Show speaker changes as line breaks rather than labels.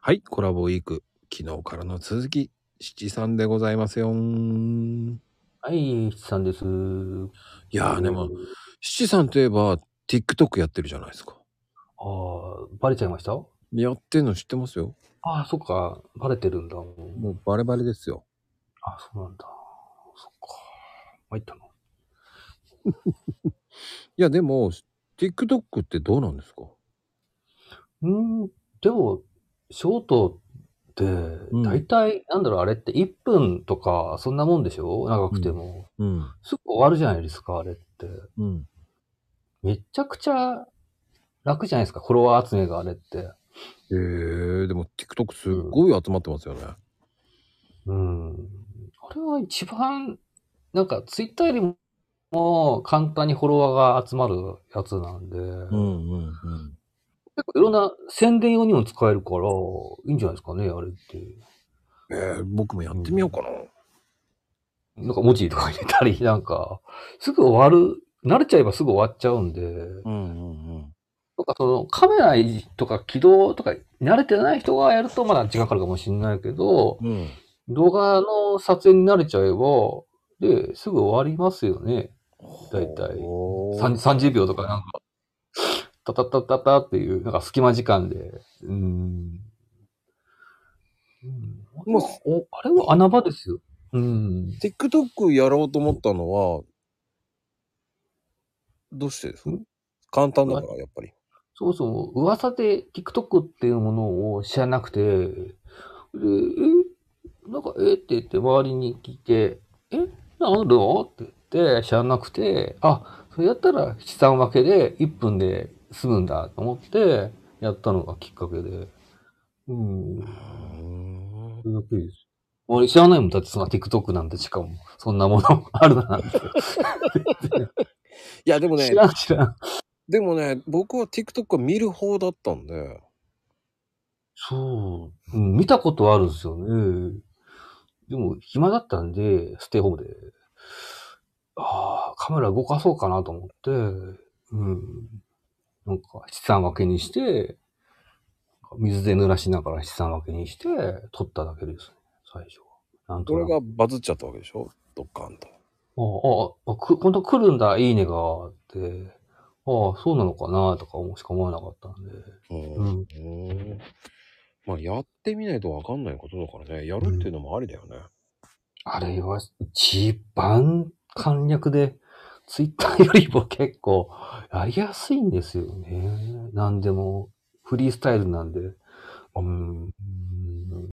はい、コラボウィーク、昨日からの続き、七三でございますよん。
はい、七さんです。
いやー、でも、、七三といえば、TikTok やってるじゃないですか。
ああ、バレちゃいました
やってんの知ってますよ。
ああ、そっか、バレてるんだ。もう
もうバレバレですよ。
あそうなんだ。そっか、参ったの。
いや、でも、TikTok ってどうなんですか
うーん、でも、ショートって、
ん
大体、なんだろう、あれって1分とか、そんなもんでしょ長くても。
うん。
すぐ終わるじゃないですか、あれって。
うん。
めちゃくちゃ楽じゃないですか、フォロワー集めがあれって。
えー、でも TikTok すっごい集まってますよね。
うん。あれは一番、なんかツイッターよりも簡単にフォロワーが集まるやつなんで、
んうんうん。
結構いろんな宣伝用にも使えるから、いいんじゃないですかね、あれって。
えー、僕もやってみようかな。
なんか文字とか入れたり、 なんか、すぐ終わる、慣れちゃえばすぐ終わっちゃうんで、なん
んうんうん。
かそのカメラとか起動とか慣れてない人がやるとまだ時間かかるかもしれないけど、
うん。
動画の撮影に慣れちゃえば、で、すぐ終わりますよね。大体
ほー
さん30秒とかなんか、タタタタタっていう、なんか隙間時間で、うーん。うん、
まあ
おあれは穴場ですよ。うん。
TikTok やろうと思ったのは、どうしてですか
ん
簡単だから、やっぱり。
そもそも噂で TikTok っていうものを知らなくて、でえ、なんか、えって言って周りに聞いて、え、なんだって言って知らなくて、あ、それやったら七三分けで1分で済むんだと思ってやったのがきっかけで。うん。それだけです。俺知らないもん。だってそんな TikTok なんてしかも、そんなものあるなんて。
いや、でもね
知、らん知らん。
でもね、僕は TikTok は見る方だったんで、
そう。うん、見たことはあるんですよね。でも、暇だったんで、ステイホームで。ああ、カメラ動かそうかなと思って、うん。なんか、七三分けにして、水で濡らしながら七三分けにして、撮っただけですね、最初は。なんと
これ
なく。
がバズっちゃったわけでしょドッカンと。
ああ、あ、く、本当来るんだ、いいねが、って。ああ、そうなのかな、とかしか思わなかったんで。
うん。まあ、やってみないとわかんないことだからね、やるっていうのもありだよね。
あれは、一番簡略で、ツイッターよりも結構、やりやすいんですよね。なんでも、フリースタイルなんで。うん。